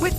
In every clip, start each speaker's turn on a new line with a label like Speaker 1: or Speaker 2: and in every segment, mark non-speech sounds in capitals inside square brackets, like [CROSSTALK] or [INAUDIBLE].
Speaker 1: With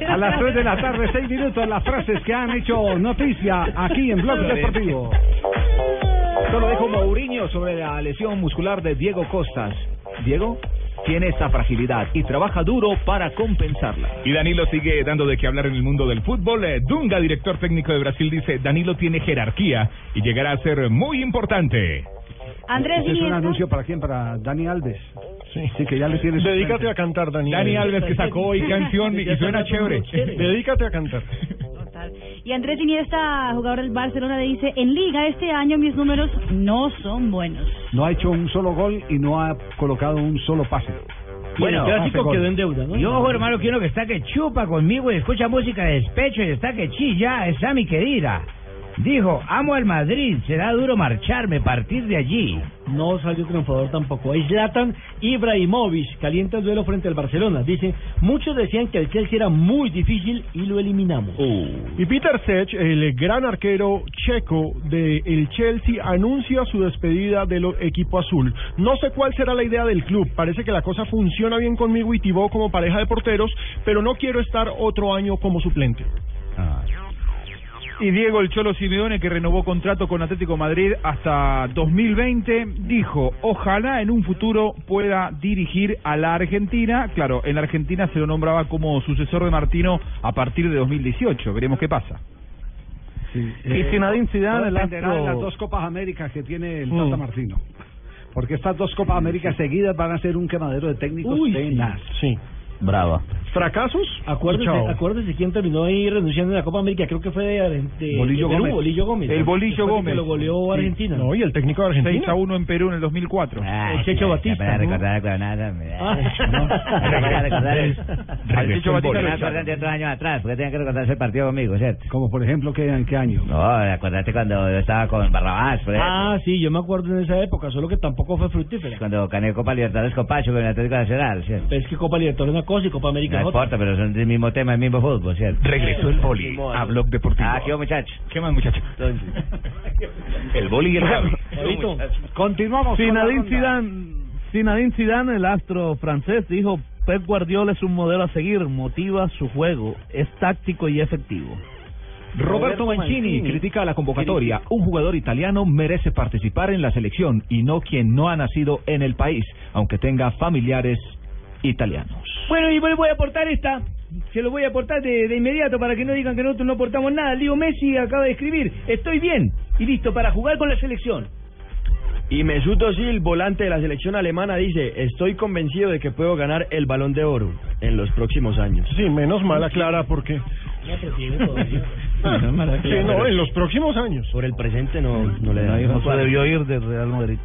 Speaker 2: A las 3 de la tarde, 6 minutos, las frases que han hecho noticia aquí en Blog Deportivo.
Speaker 3: Solo dejo Mourinho sobre la lesión muscular de Diego Costas. Diego tiene esta fragilidad y trabaja duro para compensarla.
Speaker 4: Y Danilo sigue dando de qué hablar en el mundo del fútbol. Eh, Dunga, director técnico de Brasil, dice, Danilo tiene jerarquía y llegará a ser muy importante.
Speaker 5: Andrés
Speaker 2: Este es un
Speaker 5: Iniesta,
Speaker 2: anuncio para quién? Para Dani Alves. Sí, que ya le tienes. Dedícate a cantar, Dani.
Speaker 4: Dani Alves que sacó hoy canción y suena chévere.
Speaker 2: Dedícate a cantar.
Speaker 5: total. y Andrés Iniesta, jugador del Barcelona, le dice, en liga este año mis números no son buenos.
Speaker 2: No ha hecho un solo gol y no ha colocado un solo pase.
Speaker 6: Bueno,
Speaker 2: Pase,
Speaker 6: clásico
Speaker 2: gol.
Speaker 6: quedó en deuda, ¿no?
Speaker 7: Y ojo, hermano, que uno que está que chupa conmigo y escucha música de despecho y está que chilla, es a mi querida. Dijo, amo al Madrid, será duro marcharme, partir de allí.
Speaker 6: No salió triunfador tampoco. Es Zlatan Ibrahimovic, calienta el duelo frente al Barcelona. Dice, muchos decían que el Chelsea era muy difícil y lo eliminamos.
Speaker 8: Y Peter Sech, el gran arquero checo del Chelsea, anuncia su despedida del equipo azul. No sé cuál será la idea del club. Parece que la cosa funciona bien conmigo y Tibó como pareja de porteros, pero no quiero estar otro año como suplente.
Speaker 9: Y Diego El Cholo Simeone, que renovó contrato con Atlético Madrid hasta 2020, dijo, ojalá en un futuro pueda dirigir a la Argentina. Claro, en la Argentina se lo nombraba como sucesor de Martino a partir de 2018. Veremos qué pasa.
Speaker 2: Eh,
Speaker 3: Zinedine Zidane,
Speaker 2: todo
Speaker 3: el
Speaker 2: dependerá de
Speaker 3: astro-
Speaker 2: las dos Copas Américas que tiene el
Speaker 3: Mm.
Speaker 2: Tata Martino. Porque estas dos Copas Américas seguidas van a ser un quemadero de técnicos
Speaker 6: Uy, sí.
Speaker 2: tenaz.
Speaker 3: Sí.
Speaker 7: Brava.
Speaker 2: ¿Fracasos?
Speaker 6: Acuérdese,
Speaker 2: Chao.
Speaker 6: acuérdese quién terminó ahí renunciando en la Copa América. Creo que fue de, de-
Speaker 2: Bolillo
Speaker 6: de Eh, Perú,
Speaker 2: Gómez.
Speaker 6: Bolillo Gómez.
Speaker 9: El Bolillo
Speaker 6: Después de
Speaker 9: Gómez.
Speaker 6: Que lo goleó Argentina. Ah,
Speaker 8: No, y el técnico de
Speaker 9: 6 a
Speaker 8: Argentina.
Speaker 9: 1 en Perú en el 2004.
Speaker 7: Ay,
Speaker 6: Checho
Speaker 7: ya, ya
Speaker 6: Batista,
Speaker 7: Ah, para
Speaker 6: ¿no?
Speaker 7: recordar con nada, me da-
Speaker 6: Ah.
Speaker 7: Para recordar el-
Speaker 9: Al Checho Batista
Speaker 7: Porque
Speaker 9: lo
Speaker 7: no
Speaker 9: echaron.
Speaker 7: acuerdan de otros años atrás, porque tenía que recordarse el partido conmigo, ¿cierto?
Speaker 2: Como por ejemplo, ¿qué, ¿en qué año?
Speaker 7: No, acuérdate cuando yo estaba con Barrabás, por ejemplo.
Speaker 6: Ah, sí, yo me acuerdo en esa época, solo que tampoco fue fructífera.
Speaker 7: Cuando gané Copa Libertadores con Pacho, con el Atlético Nacional, ¿cierto?
Speaker 6: Pero es que Copa Libertadores es una cosa y Copa América
Speaker 7: No
Speaker 6: es otra.
Speaker 7: importa, pero son del mismo tema, el mismo fútbol, ¿cierto?
Speaker 4: Regresó el boli a Blog Deportivo.
Speaker 7: Ah, qué muchachos.
Speaker 4: ¿Qué más, muchachos? El boli y el
Speaker 2: [LAUGHS]
Speaker 4: Javi.
Speaker 6: Fabito,
Speaker 2: Continuamos. con la ronda.
Speaker 3: Zinedine Zidane, el astro francés, dijo Pep Guardiola es un modelo a seguir, motiva su juego, es táctico y efectivo.
Speaker 9: Roberto Mancini critica la convocatoria. Un jugador italiano merece participar en la selección y no quien no ha nacido en el país, aunque tenga familiares italianos.
Speaker 7: Bueno, y voy, voy a aportar esta. Se lo voy a aportar de, de inmediato para que no digan que nosotros no aportamos nada. Leo Messi acaba de escribir, estoy bien y listo para jugar con la selección.
Speaker 3: Y Mesut Özil, volante de la selección alemana, dice, estoy convencido de que puedo ganar el Balón de Oro en los próximos años. [LAUGHS]
Speaker 8: Sí, menos mala Clara, porque... Sí, no, en los próximos años.
Speaker 3: Por el presente no, no le da.
Speaker 7: No, hijo,
Speaker 3: No
Speaker 7: debió
Speaker 3: ir del Real Madrid.